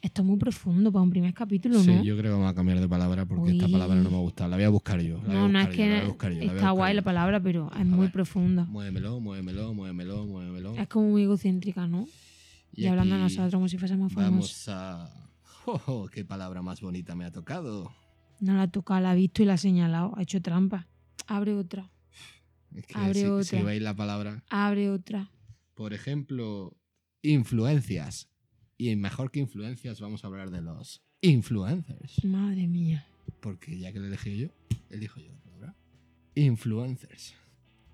[SPEAKER 1] Esto es muy profundo para un primer capítulo,
[SPEAKER 2] Sí,
[SPEAKER 1] ¿no?
[SPEAKER 2] yo creo que vamos a cambiar de palabra porque esta
[SPEAKER 1] Uy.
[SPEAKER 2] palabra no me ha gustado. La voy a buscar yo. La voy a
[SPEAKER 1] no, no es
[SPEAKER 2] buscar yo, la voy
[SPEAKER 1] que
[SPEAKER 2] a buscar yo, la voy
[SPEAKER 1] está
[SPEAKER 2] a buscar
[SPEAKER 1] guay
[SPEAKER 2] yo.
[SPEAKER 1] la palabra, pero es
[SPEAKER 2] A
[SPEAKER 1] muy
[SPEAKER 2] ver.
[SPEAKER 1] profunda.
[SPEAKER 2] Muévemelo, muévemelo, muévemelo, muévemelo.
[SPEAKER 1] Es como muy egocéntrica, ¿no? Y, hablando
[SPEAKER 2] aquí
[SPEAKER 1] nosotros como si fuésemos famosos.
[SPEAKER 2] Vamos a. ¡Oh, oh, qué palabra más bonita me ha tocado!
[SPEAKER 1] No la ha tocado, la ha visto y la ha señalado. Ha hecho trampa. Abre otra.
[SPEAKER 2] Es que
[SPEAKER 1] Abre
[SPEAKER 2] si,
[SPEAKER 1] otra.
[SPEAKER 2] si veis la palabra.
[SPEAKER 1] Abre otra.
[SPEAKER 2] Por ejemplo, influencias. Y mejor que influencias, vamos a hablar de los influencers.
[SPEAKER 1] Madre mía.
[SPEAKER 2] Porque ya que lo elegí yo, elijo yo la palabra. Influencers.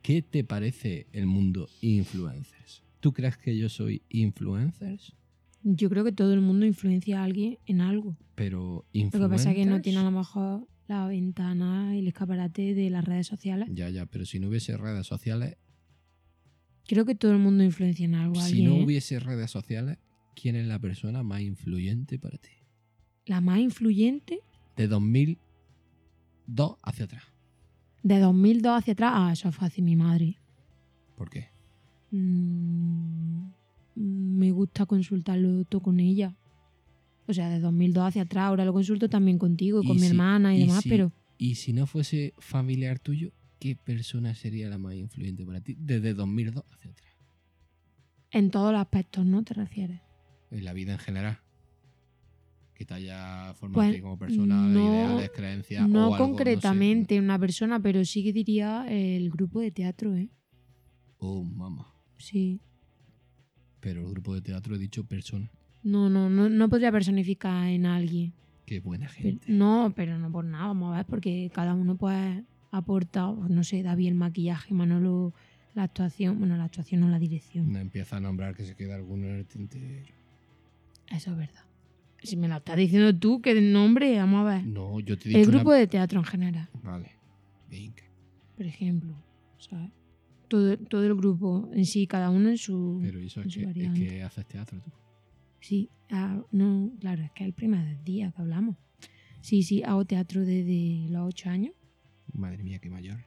[SPEAKER 2] ¿Qué te parece el mundo influencers? ¿Tú crees que yo soy influencers?
[SPEAKER 1] Yo creo que todo el mundo influencia a alguien en algo.
[SPEAKER 2] Pero
[SPEAKER 1] Lo que
[SPEAKER 2] influencers.
[SPEAKER 1] pasa es que no tiene a lo mejor la ventana y el escaparate de las redes sociales.
[SPEAKER 2] Ya, ya, pero si no hubiese redes sociales,
[SPEAKER 1] Creo que todo el mundo influencia en algo. a
[SPEAKER 2] si
[SPEAKER 1] alguien,
[SPEAKER 2] no
[SPEAKER 1] ¿eh?
[SPEAKER 2] hubiese redes sociales, ¿quién es la persona más influyente para ti?
[SPEAKER 1] La más influyente
[SPEAKER 2] De 2002 hacia atrás.
[SPEAKER 1] de 2002 hacia atrás. Ah, eso es fácil, mi madre.
[SPEAKER 2] ¿Por qué?
[SPEAKER 1] Mm, me gusta consultarlo todo con ella. O sea, de 2002 hacia atrás. Ahora lo consulto también contigo y
[SPEAKER 2] Y
[SPEAKER 1] con mi
[SPEAKER 2] si-
[SPEAKER 1] hermana y,
[SPEAKER 2] y
[SPEAKER 1] demás,
[SPEAKER 2] si-
[SPEAKER 1] pero
[SPEAKER 2] Y si no fuese familiar tuyo, ¿qué persona sería la más influyente para ti desde 2002 hacia atrás?
[SPEAKER 1] en todos los aspectos, ¿no? ¿Te refieres?
[SPEAKER 2] En la vida en general. Que te haya formado a ti
[SPEAKER 1] Pues,
[SPEAKER 2] como persona,
[SPEAKER 1] no-
[SPEAKER 2] ideales, creencias. o
[SPEAKER 1] no
[SPEAKER 2] algo, sé.
[SPEAKER 1] concretamente una persona, pero sí que diría el grupo de teatro, ¿eh?
[SPEAKER 2] Oh, mamá.
[SPEAKER 1] Sí.
[SPEAKER 2] Pero el grupo de teatro he dicho persona.
[SPEAKER 1] No, no, no, no podría personificar en alguien.
[SPEAKER 2] Qué buena
[SPEAKER 1] Pero-
[SPEAKER 2] gente.
[SPEAKER 1] no, pero no por nada, vamos a ver, porque cada uno pues aporta, pues, no sé, David el maquillaje, Manolo la actuación, bueno, la actuación no la dirección.
[SPEAKER 2] No empieza a nombrar que se queda alguno en el tintero.
[SPEAKER 1] Eso es verdad. Si me lo estás diciendo tú, que nombre, vamos a ver.
[SPEAKER 2] No, yo te he dicho.
[SPEAKER 1] El grupo
[SPEAKER 2] una-
[SPEAKER 1] de teatro en general,
[SPEAKER 2] Vale. Venga.
[SPEAKER 1] por ejemplo, ¿sabes? Todo, todo el grupo en sí, cada uno en su...
[SPEAKER 2] Pero eso es
[SPEAKER 1] Su
[SPEAKER 2] que, es
[SPEAKER 1] Mm, variante.
[SPEAKER 2] que haces teatro tú.
[SPEAKER 1] Sí, ah, no, claro, es que es el primer día que hablamos. Sí, sí, hago teatro desde los ocho años,
[SPEAKER 2] Madre mía, qué mayor.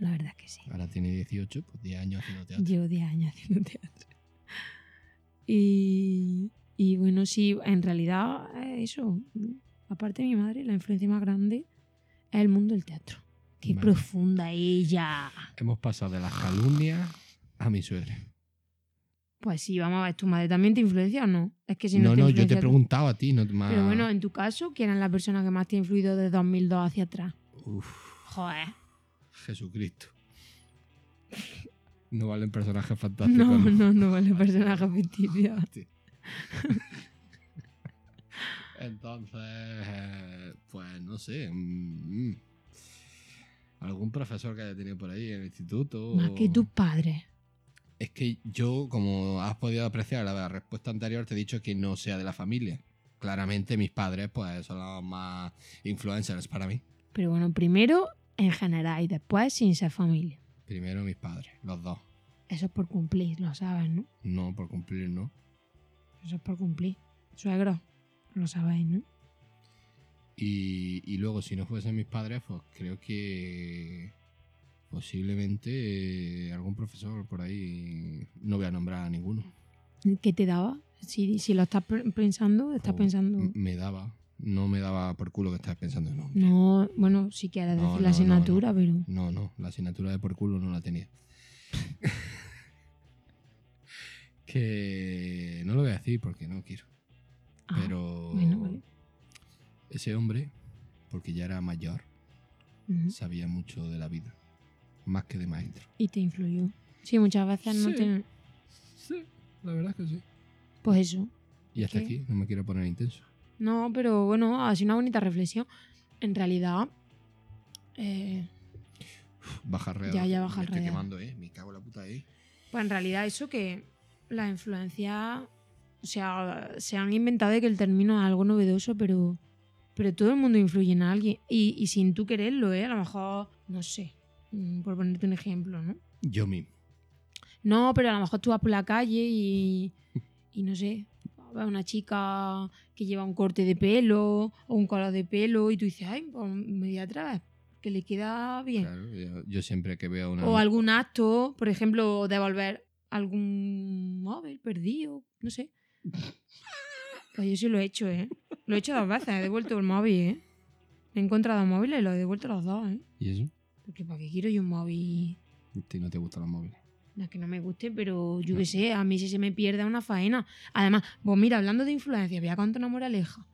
[SPEAKER 1] la verdad es que sí.
[SPEAKER 2] Ahora tiene 18, pues 10 años haciendo teatro.
[SPEAKER 1] Llevo 10 años haciendo teatro. Y, y bueno, sí, en realidad, eh, eso, aparte de mi madre, la influencia más grande es el mundo del teatro. ¡Qué
[SPEAKER 2] Madre.
[SPEAKER 1] profunda ella!
[SPEAKER 2] Hemos pasado de las calumnias a mi suegra.
[SPEAKER 1] Pues sí, vamos a ver, ¿tu madre también te influencia o no? Es que si no,
[SPEAKER 2] no,
[SPEAKER 1] te
[SPEAKER 2] no, yo te ah.
[SPEAKER 1] influencia-
[SPEAKER 2] he preguntado a ti, no más.
[SPEAKER 1] Pero bueno, en tu caso, ¿quién es la persona que más te ha influido de 2002 hacia atrás?
[SPEAKER 2] Uf,
[SPEAKER 1] Joder.
[SPEAKER 2] Jesucristo. No valen personajes fantásticos.
[SPEAKER 1] No, no, no vale *laughs* personaje ficticio.
[SPEAKER 2] Sí. Entonces, eh, pues no sé. mm, mm. Algún profesor que haya tenido por ahí en el instituto.
[SPEAKER 1] Más
[SPEAKER 2] o-
[SPEAKER 1] que tus padres.
[SPEAKER 2] Es que yo, como has podido apreciar en la respuesta anterior, te he dicho que no sea de la familia. Claramente mis padres pues son los más influencers para mí.
[SPEAKER 1] Pero bueno, primero en general y después sin ser familia.
[SPEAKER 2] Primero mis padres, los dos.
[SPEAKER 1] Eso es por cumplir, lo sabes, ¿no?
[SPEAKER 2] No, por cumplir, no.
[SPEAKER 1] Eso es por cumplir. Suegro, lo sabéis, ¿no?
[SPEAKER 2] Y, y luego, si no fuesen mis padres, pues creo que posiblemente eh, algún profesor por ahí, no voy a nombrar a ninguno.
[SPEAKER 1] ¿Qué te daba? Si, si lo estás pr- pensando, estás
[SPEAKER 2] O
[SPEAKER 1] pensando...
[SPEAKER 2] Oh, m- Me daba, no me daba por culo que estás pensando en nombre.
[SPEAKER 1] No, bueno, si quieres
[SPEAKER 2] No,
[SPEAKER 1] decir
[SPEAKER 2] no,
[SPEAKER 1] la
[SPEAKER 2] no,
[SPEAKER 1] asignatura, pero...
[SPEAKER 2] No, no, la asignatura de por culo no la tenía. *laughs* que no lo voy a decir porque no quiero.
[SPEAKER 1] Ah,
[SPEAKER 2] pero
[SPEAKER 1] bueno, vale.
[SPEAKER 2] ese hombre, porque ya era mayor,
[SPEAKER 1] ujú.
[SPEAKER 2] sabía mucho de la vida, más que de maestro.
[SPEAKER 1] Y te influyó. Sí, muchas veces no
[SPEAKER 2] Sí.
[SPEAKER 1] te...
[SPEAKER 2] Sí, la verdad es que sí.
[SPEAKER 1] Pues eso.
[SPEAKER 2] Y hasta
[SPEAKER 1] ¿Qué?
[SPEAKER 2] aquí, no me quiero poner intenso.
[SPEAKER 1] No, pero bueno, ha sido una bonita reflexión. En realidad... eh,
[SPEAKER 2] Baja red.
[SPEAKER 1] Ya, ya, baja
[SPEAKER 2] me Estoy
[SPEAKER 1] reda.
[SPEAKER 2] quemando, eh. Me cago en la puta, eh.
[SPEAKER 1] Pues en realidad eso que las influencias, o sea, se han inventado de que el término es algo novedoso, pero, pero todo el mundo influye en alguien. Y, y sin tú quererlo, ¿eh? A lo mejor, no sé, mm, por ponerte un ejemplo, ¿no?
[SPEAKER 2] Yo mismo.
[SPEAKER 1] No, pero a lo mejor tú vas por la calle y, y no sé, va una chica que lleva un corte de pelo o un color de pelo y tú dices, ay, pues me voy a traer, que le queda bien.
[SPEAKER 2] Claro, yo, yo siempre que veo una.
[SPEAKER 1] O algún acto, por ejemplo, devolver algún móvil perdido, no sé. Pues yo sí lo he hecho, ¿eh? Lo he hecho dos veces, he devuelto el móvil, ¿eh? Me he encontrado móviles y los he devuelto los dos, ¿eh?
[SPEAKER 2] ¿Y eso?
[SPEAKER 1] Porque ¿para qué quiero yo un móvil?
[SPEAKER 2] A ti no te gustan los móviles.
[SPEAKER 1] No es que no me guste, pero yo qué sé, a mí si se me pierde una faena. Además, vos mira, hablando de influencia, voy a contar una moraleja.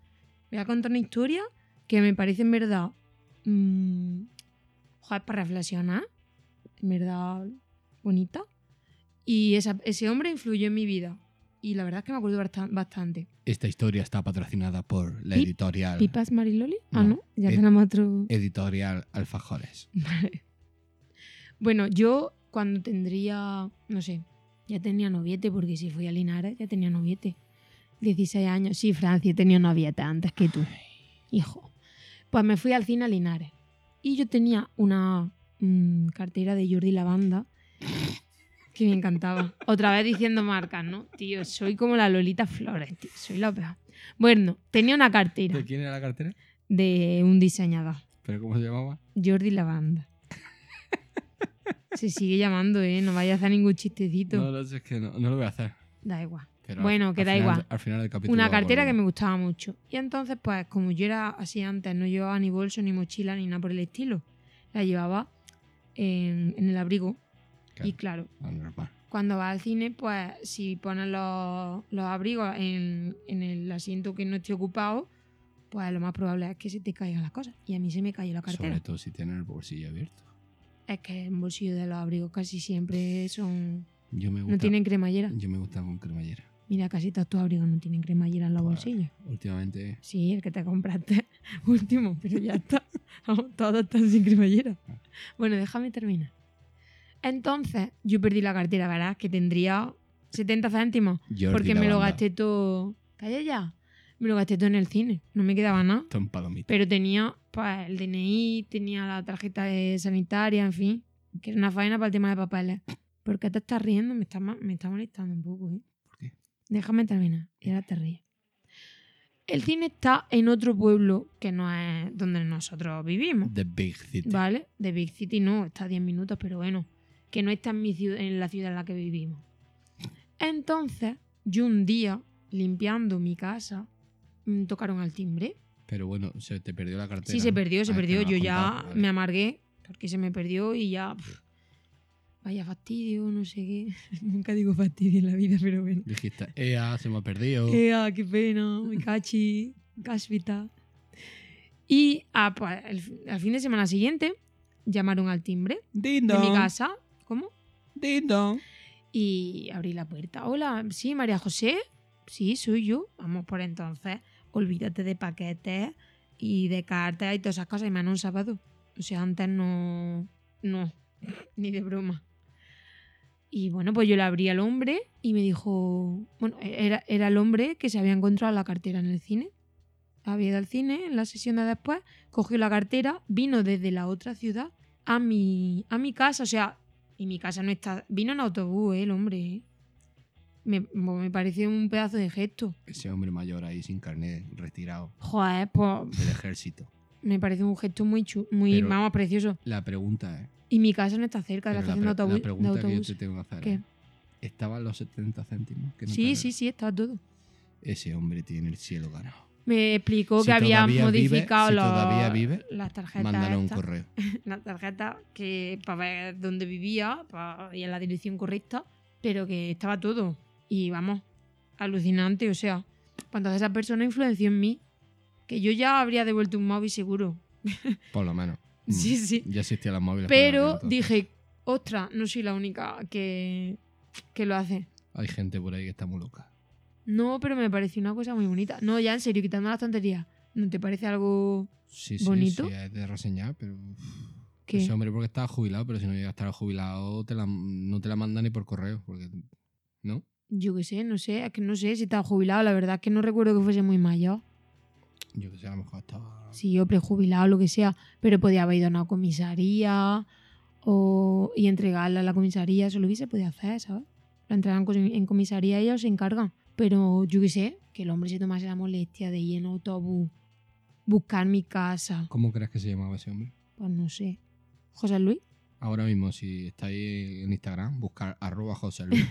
[SPEAKER 1] Voy a contar una historia que me parece en verdad. mm, joder, para reflexionar. En verdad, bonita. Y esa- ese hombre influyó en mi vida. Y la verdad es que me acuerdo bastan- bastante.
[SPEAKER 2] Esta historia está patrocinada por la
[SPEAKER 1] Pip-
[SPEAKER 2] editorial
[SPEAKER 1] ¿Pipas Mariloli? Ah,
[SPEAKER 2] No.
[SPEAKER 1] no, ya
[SPEAKER 2] Eh,
[SPEAKER 1] tenemos otro.
[SPEAKER 2] editorial Alfajores.
[SPEAKER 1] Vale. Bueno, yo cuando tendría, no sé, ya tenía noviete, porque si fui a Linares ya tenía noviete. 16 años. Sí, Francia, tenía novieta antes que tú. Hijo. Pues me fui al cine a Linares. Y yo tenía una mm, cartera de Jordi Lavanda que me encantaba. Otra vez diciendo marcas, ¿no? Tío, soy como la Lolita Flores, tío. Soy la peor. Bueno, tenía una cartera
[SPEAKER 2] ¿De quién era la cartera?
[SPEAKER 1] de un diseñador.
[SPEAKER 2] ¿Pero cómo se llamaba?
[SPEAKER 1] Jordi
[SPEAKER 2] *laughs*
[SPEAKER 1] Lavanda. Se sigue llamando, ¿eh? No vaya a hacer ningún chistecito.
[SPEAKER 2] No, no sé, es que no, no lo voy a hacer.
[SPEAKER 1] Da igual.
[SPEAKER 2] Pero
[SPEAKER 1] Bueno, que da
[SPEAKER 2] final-
[SPEAKER 1] igual.
[SPEAKER 2] Al final del capítulo.
[SPEAKER 1] Una cartera que me gustaba mucho. Y entonces, pues, como yo era así antes, no llevaba ni bolso, ni mochila, ni nada por el estilo. La llevaba en, en el abrigo.
[SPEAKER 2] Claro.
[SPEAKER 1] Y claro,
[SPEAKER 2] Ah, normal.
[SPEAKER 1] cuando vas al cine, pues, si pones los, los abrigos en, en el asiento que no esté ocupado, pues lo más probable es que se te caigan las cosas. Y a mí se me cayó la cartera.
[SPEAKER 2] Sobre todo si tiene el bolsillo abierto.
[SPEAKER 1] Es que el bolsillo de los abrigos casi siempre son
[SPEAKER 2] Yo me gusta,
[SPEAKER 1] No tienen cremallera.
[SPEAKER 2] Yo me gusta con cremallera.
[SPEAKER 1] Mira, casi todos tus abrigos no tienen cremallera en los
[SPEAKER 2] Pues-
[SPEAKER 1] bolsillos.
[SPEAKER 2] Últimamente,
[SPEAKER 1] Sí, el que te compraste *laughs* último, pero ya está. *laughs* Vamos, Todos están sin cremallera. Bueno, déjame terminar. Entonces, yo perdí la cartera, verás, que tendría 70 céntimos.
[SPEAKER 2] Jordi
[SPEAKER 1] Porque me lo
[SPEAKER 2] Lavanda,
[SPEAKER 1] gasté todo. Calla ya. Me lo gasté todo en el cine. No me quedaba nada.
[SPEAKER 2] Tom Palomita.
[SPEAKER 1] Pero tenía pues, el DNI, tenía la tarjeta de sanitaria, en fin. Que era una faena para el tema de papeles. ¿Por qué te estás riendo? Me está, ma- me está molestando un poco, ¿eh?
[SPEAKER 2] ¿Por qué?
[SPEAKER 1] Déjame terminar. Y ahora te ríes. El cine está en otro pueblo que no es donde nosotros vivimos.
[SPEAKER 2] The Big City.
[SPEAKER 1] ¿Vale? De Big City no, está a 10 minutos, pero bueno, que no está en, mi ciudad, en la ciudad en la que vivimos. Entonces, yo un día, limpiando mi casa, mm, tocaron al timbre.
[SPEAKER 2] Pero bueno, se te perdió la cartera.
[SPEAKER 1] Sí, se
[SPEAKER 2] ¿no?
[SPEAKER 1] perdió, se
[SPEAKER 2] Ah, es que
[SPEAKER 1] perdió.
[SPEAKER 2] no lo
[SPEAKER 1] Yo
[SPEAKER 2] has
[SPEAKER 1] ya
[SPEAKER 2] contado, vale.
[SPEAKER 1] me amargué porque se me perdió y ya. pf, vaya fastidio, no sé qué. *laughs* Nunca digo fastidio en la vida, pero bueno.
[SPEAKER 2] Dijiste, ¡Ea, se me ha perdido!
[SPEAKER 1] Ea, qué pena, me cachi, cáspita. Y ah, pues, el fi- al fin de semana siguiente llamaron al timbre
[SPEAKER 2] ¡Ding
[SPEAKER 1] de mi
[SPEAKER 2] dong,
[SPEAKER 1] casa. ¿Cómo?
[SPEAKER 2] ding dong.
[SPEAKER 1] Y abrí la puerta. Hola, sí, María José. Sí, soy yo. Vamos por entonces. Olvídate de paquetes y de cartas y todas esas cosas. Y menos un sábado. O sea, antes no. No. *laughs* Ni de broma. Y bueno, pues yo le abrí al hombre y me dijo. Bueno, e-, era, era el hombre que se había encontrado la cartera en el cine. Había ido al cine en la sesión de después, cogió la cartera, vino desde la otra ciudad a mi, a mi casa. O sea, y mi casa no está. Vino en autobús, eh, el hombre. eh. Me, pues me parece un pedazo de gesto.
[SPEAKER 2] Ese hombre mayor ahí sin carnet, retirado
[SPEAKER 1] Joder, pues
[SPEAKER 2] del ejército.
[SPEAKER 1] me parece un gesto muy chu- muy,
[SPEAKER 2] Pero-
[SPEAKER 1] vamos, precioso.
[SPEAKER 2] La pregunta es.
[SPEAKER 1] Y mi casa no está cerca de la
[SPEAKER 2] pero
[SPEAKER 1] estación de
[SPEAKER 2] pre-
[SPEAKER 1] autobús. de
[SPEAKER 2] pregunta que yo
[SPEAKER 1] autobús.
[SPEAKER 2] te tengo que hacer.
[SPEAKER 1] ¿Qué?
[SPEAKER 2] es, ¿Estaban los 70 céntimos? Que no
[SPEAKER 1] Sí,
[SPEAKER 2] te-
[SPEAKER 1] sí, sí, estaba todo.
[SPEAKER 2] Ese hombre tiene el cielo ganado.
[SPEAKER 1] Me explicó
[SPEAKER 2] Si
[SPEAKER 1] que había
[SPEAKER 2] todavía vive-
[SPEAKER 1] modificado
[SPEAKER 2] si
[SPEAKER 1] los-
[SPEAKER 2] todavía vive,
[SPEAKER 1] las tarjetas.
[SPEAKER 2] Mándale un
[SPEAKER 1] estas.
[SPEAKER 2] correo.
[SPEAKER 1] la tarjeta que para ver dónde vivía pa- y en la dirección correcta, pero que estaba todo. Y vamos, alucinante, o sea. Pues entonces esa persona influenció en mí, que yo ya habría devuelto un móvil seguro.
[SPEAKER 2] Por lo menos. Mm.
[SPEAKER 1] *laughs* Sí, sí.
[SPEAKER 2] Ya existían las móviles.
[SPEAKER 1] Pero
[SPEAKER 2] entonces.
[SPEAKER 1] dije, ostras, no soy la única que, que lo hace.
[SPEAKER 2] Hay gente por ahí que está muy loca.
[SPEAKER 1] No, pero me pareció una cosa muy bonita. No, ya en serio, quitando las tonterías. ¿No te parece algo
[SPEAKER 2] Sí, sí,
[SPEAKER 1] Bonito.
[SPEAKER 2] sí, es de reseñar, pero. uff,
[SPEAKER 1] que.?
[SPEAKER 2] Ese hombre porque estaba jubilado, pero si no llega a estar jubilado, te la- no te la mandan ni por correo. Porque. ¿No?
[SPEAKER 1] Yo qué sé, no sé, es que no sé si estaba jubilado, la verdad es que no recuerdo que fuese muy mayor.
[SPEAKER 2] Yo que sé, a lo mejor estaba.
[SPEAKER 1] si yo prejubilado lo que sea, pero podía haber ido a una comisaría o, y entregarla a la comisaría, eso lo hubiese podido hacer, ¿sabes? La entregan co- en comisaría y ellos se encargan. Pero yo qué sé, que el hombre se tomase la molestia de ir en autobús, buscar mi casa,
[SPEAKER 2] ¿Cómo crees que se llamaba ese hombre?
[SPEAKER 1] pues no sé. José Luis,
[SPEAKER 2] Ahora mismo, si estáis en Instagram, buscar arroba José
[SPEAKER 1] *laughs*
[SPEAKER 2] Luis.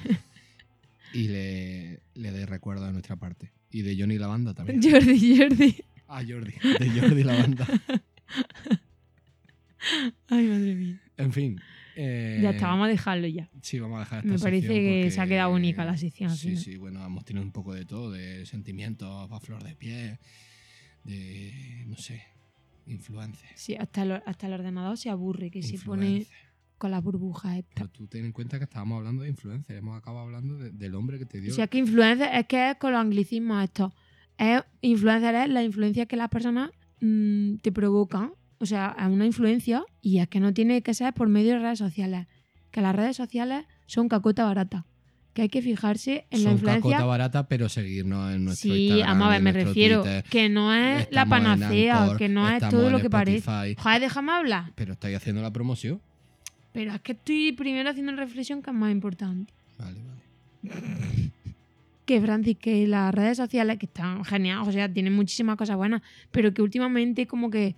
[SPEAKER 2] y le, le dais recuerdo de nuestra parte. Y de Johnny Lavanda también.
[SPEAKER 1] Jordi, Jordi.
[SPEAKER 2] *laughs* Ah, Jordi. De Jordi Lavanda.
[SPEAKER 1] Ay, madre mía.
[SPEAKER 2] En fin, Eh,
[SPEAKER 1] Ya está, vamos a dejarlo ya.
[SPEAKER 2] Sí, vamos a dejar esta
[SPEAKER 1] Me parece
[SPEAKER 2] sección
[SPEAKER 1] que
[SPEAKER 2] porque-
[SPEAKER 1] se ha quedado única la sección. al
[SPEAKER 2] Sí,
[SPEAKER 1] final.
[SPEAKER 2] sí, bueno, hemos tenido un poco de todo, de sentimientos a flor de pie, de, no sé, influencias.
[SPEAKER 1] Sí, hasta, el, hasta el ordenador se aburre, que se pone con las burbujas estas.
[SPEAKER 2] Pero tú ten en cuenta que estábamos hablando de influencia, hemos acabado hablando de- del hombre que te
[SPEAKER 1] O
[SPEAKER 2] dio...
[SPEAKER 1] sea, que influencer es que es con los anglicismos estos. Es, influencer es la influencia que las personas mm, te provocan. O sea, es una influencia y es que no tiene que ser por medio de redes sociales. Que las redes sociales son cacota barata. Que hay que fijarse en la
[SPEAKER 2] son
[SPEAKER 1] influencia.
[SPEAKER 2] cacota barata, pero seguirnos en nuestro
[SPEAKER 1] Sí,
[SPEAKER 2] Instagram
[SPEAKER 1] vamos a
[SPEAKER 2] y
[SPEAKER 1] ver,
[SPEAKER 2] en
[SPEAKER 1] me
[SPEAKER 2] nuestro
[SPEAKER 1] refiero.
[SPEAKER 2] Twitter.
[SPEAKER 1] Que no es la
[SPEAKER 2] Estamos en
[SPEAKER 1] panacea,
[SPEAKER 2] Anchor,
[SPEAKER 1] que no es
[SPEAKER 2] estamos
[SPEAKER 1] todo
[SPEAKER 2] en
[SPEAKER 1] lo que parece.
[SPEAKER 2] Spotify,
[SPEAKER 1] Joder, déjame hablar.
[SPEAKER 2] Pero estáis haciendo la promoción.
[SPEAKER 1] Pero es que estoy primero haciendo una reflexión que es más importante.
[SPEAKER 2] Vale, vale.
[SPEAKER 1] Que Francis, que las redes sociales, que están geniales, o sea, tienen muchísimas cosas buenas, pero que últimamente como que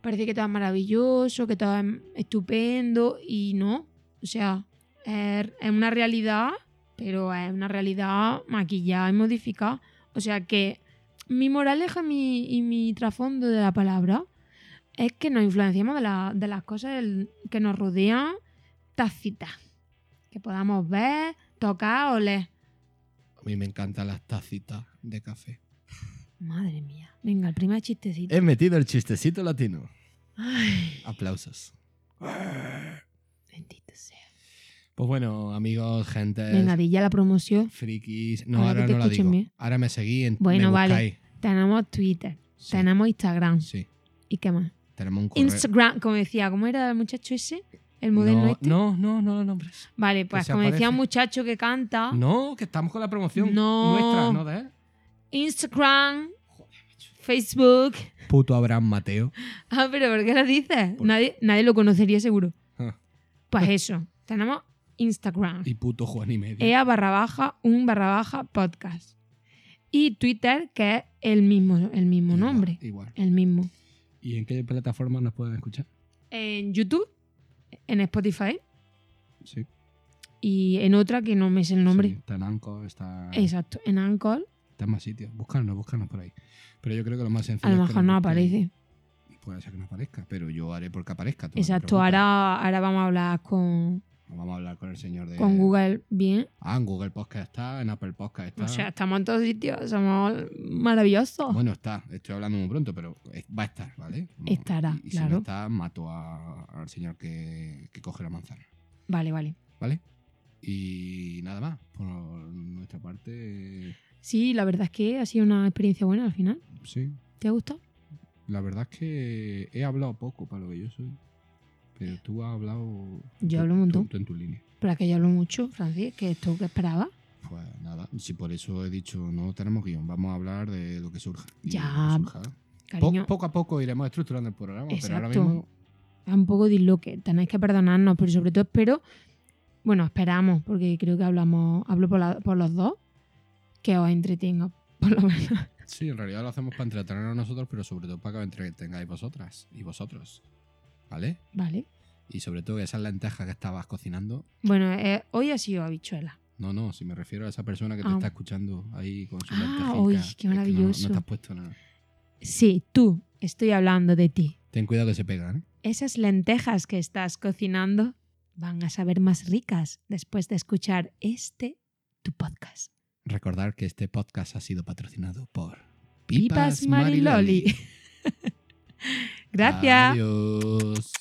[SPEAKER 1] parece que todo es maravilloso, que todo es estupendo, y no. O sea, es es una realidad, pero es una realidad maquillada y modificada. O sea que mi moraleja mi- y mi trasfondo de la palabra es que nos influenciamos de, la- de las cosas del- que nos rodean tácitas. Que podamos ver, tocar, oler.
[SPEAKER 2] A mí me encantan las tacitas de café.
[SPEAKER 1] Madre mía. Venga, el primer chistecito.
[SPEAKER 2] He metido el chistecito latino.
[SPEAKER 1] Ay,
[SPEAKER 2] Aplausos.
[SPEAKER 1] bendito sea.
[SPEAKER 2] Pues bueno, amigos, gente,
[SPEAKER 1] Venga, di ya la promoción.
[SPEAKER 2] frikis. No,
[SPEAKER 1] Ahora
[SPEAKER 2] ahora,
[SPEAKER 1] que te
[SPEAKER 2] no la
[SPEAKER 1] escuchen
[SPEAKER 2] digo.
[SPEAKER 1] bien.
[SPEAKER 2] Ahora me seguí en
[SPEAKER 1] Bueno,
[SPEAKER 2] me
[SPEAKER 1] vale.
[SPEAKER 2] buscáis.
[SPEAKER 1] Tenemos Twitter,
[SPEAKER 2] Sí,
[SPEAKER 1] tenemos Instagram.
[SPEAKER 2] sí.
[SPEAKER 1] ¿Y qué más?
[SPEAKER 2] Tenemos un correo.
[SPEAKER 1] Instagram, como decía, ¿cómo era el muchacho ese? El modelo
[SPEAKER 2] no,
[SPEAKER 1] este.
[SPEAKER 2] no, no, no, no, hombre.
[SPEAKER 1] Vale, pues
[SPEAKER 2] se
[SPEAKER 1] como decía
[SPEAKER 2] aparece.
[SPEAKER 1] un muchacho que canta,
[SPEAKER 2] No, que estamos con la promoción
[SPEAKER 1] Ah. No.
[SPEAKER 2] nuestra, no de él.
[SPEAKER 1] Instagram,
[SPEAKER 2] Joder, macho.
[SPEAKER 1] Facebook. *laughs*
[SPEAKER 2] Puto Abraham Mateo.
[SPEAKER 1] Ah, pero ¿por qué lo dices?
[SPEAKER 2] Por-
[SPEAKER 1] Nadie, nadie lo conocería seguro.
[SPEAKER 2] Ah,
[SPEAKER 1] Pues eso, tenemos Instagram.
[SPEAKER 2] *laughs* Y puto Juan y medio.
[SPEAKER 1] Ea barra baja, un barra baja podcast. Y Twitter, que es el mismo, el mismo
[SPEAKER 2] Igual,
[SPEAKER 1] nombre.
[SPEAKER 2] Igual.
[SPEAKER 1] El mismo.
[SPEAKER 2] ¿Y en qué plataforma nos pueden escuchar?
[SPEAKER 1] en YouTube, en Spotify
[SPEAKER 2] Sí.
[SPEAKER 1] y en otra que no me es el nombre.
[SPEAKER 2] Sí, está en Anchor, está,
[SPEAKER 1] Exacto, en Anchor
[SPEAKER 2] está en más sitios. Búscanos, búscanos por ahí. Pero yo creo que lo más
[SPEAKER 1] a
[SPEAKER 2] sencillo.
[SPEAKER 1] lo
[SPEAKER 2] es que
[SPEAKER 1] mejor
[SPEAKER 2] nos
[SPEAKER 1] no
[SPEAKER 2] busquéis.
[SPEAKER 1] aparece.
[SPEAKER 2] Puede ser que no aparezca, pero yo haré porque aparezca. tú no te
[SPEAKER 1] Exacto,
[SPEAKER 2] preocupes.
[SPEAKER 1] ahora, ahora vamos a hablar con,
[SPEAKER 2] Vamos a hablar con el señor de.
[SPEAKER 1] con Google bien.
[SPEAKER 2] Ah, en Google Podcast está, en Apple Podcast está.
[SPEAKER 1] O sea, estamos en todos sitios, somos maravillosos.
[SPEAKER 2] Ah. Bueno, está. Estoy hablando muy pronto, pero es- va a estar, ¿vale? No-
[SPEAKER 1] Estará,
[SPEAKER 2] y, y Si
[SPEAKER 1] claro.
[SPEAKER 2] no está, mato a- al señor que, que coge la manzana,
[SPEAKER 1] Vale, vale.
[SPEAKER 2] ¿vale? Y nada más. Por nuestra parte,
[SPEAKER 1] Sí, la verdad es que ha sido una experiencia buena al final.
[SPEAKER 2] sí.
[SPEAKER 1] ¿Te ha gustado?
[SPEAKER 2] La verdad es que he hablado poco para lo que yo soy. Pero tú has hablado.
[SPEAKER 1] Yo
[SPEAKER 2] tú-
[SPEAKER 1] hablo un montón.
[SPEAKER 2] Tú, tú en tu línea.
[SPEAKER 1] Pero es que yo hablo mucho, Francis, que esto que esperaba.
[SPEAKER 2] Pues nada, si por eso he dicho no tenemos guión, vamos a hablar de lo que surja. Y
[SPEAKER 1] Ya,
[SPEAKER 2] lo que surja. Po-
[SPEAKER 1] Cariño,
[SPEAKER 2] poco a poco iremos estructurando el programa, pero ahora
[SPEAKER 1] Exacto.
[SPEAKER 2] mismo
[SPEAKER 1] es un poco disloque. Tenéis que perdonarnos, pero sobre todo espero, bueno, esperamos, porque creo que hablamos, hablo por, la- por los dos, que os entretenga, *laughs* por lo menos.
[SPEAKER 2] Sí, en realidad lo hacemos para entretenernos nosotros, pero sobre todo para que entretengáis vosotras y vosotros. ¿Vale?
[SPEAKER 1] Vale.
[SPEAKER 2] Y sobre todo esas lentejas que estabas cocinando.
[SPEAKER 1] Bueno, eh, hoy ha sido habichuela.
[SPEAKER 2] No, no, si me refiero a esa persona que te
[SPEAKER 1] Ah.
[SPEAKER 2] está escuchando ahí con su
[SPEAKER 1] Ah,
[SPEAKER 2] lentejica.
[SPEAKER 1] uy, qué
[SPEAKER 2] Es que no-
[SPEAKER 1] maravilloso.
[SPEAKER 2] no, te has puesto nada.
[SPEAKER 1] Sí, tú, estoy hablando de ti.
[SPEAKER 2] Ten cuidado que se pegan, ¿eh?
[SPEAKER 1] Esas lentejas que estás cocinando van a saber más ricas después de escuchar este, tu podcast.
[SPEAKER 2] Recordar que este podcast ha sido patrocinado por
[SPEAKER 1] Pipas Mariloli. *laughs* Gracias.
[SPEAKER 2] Adiós.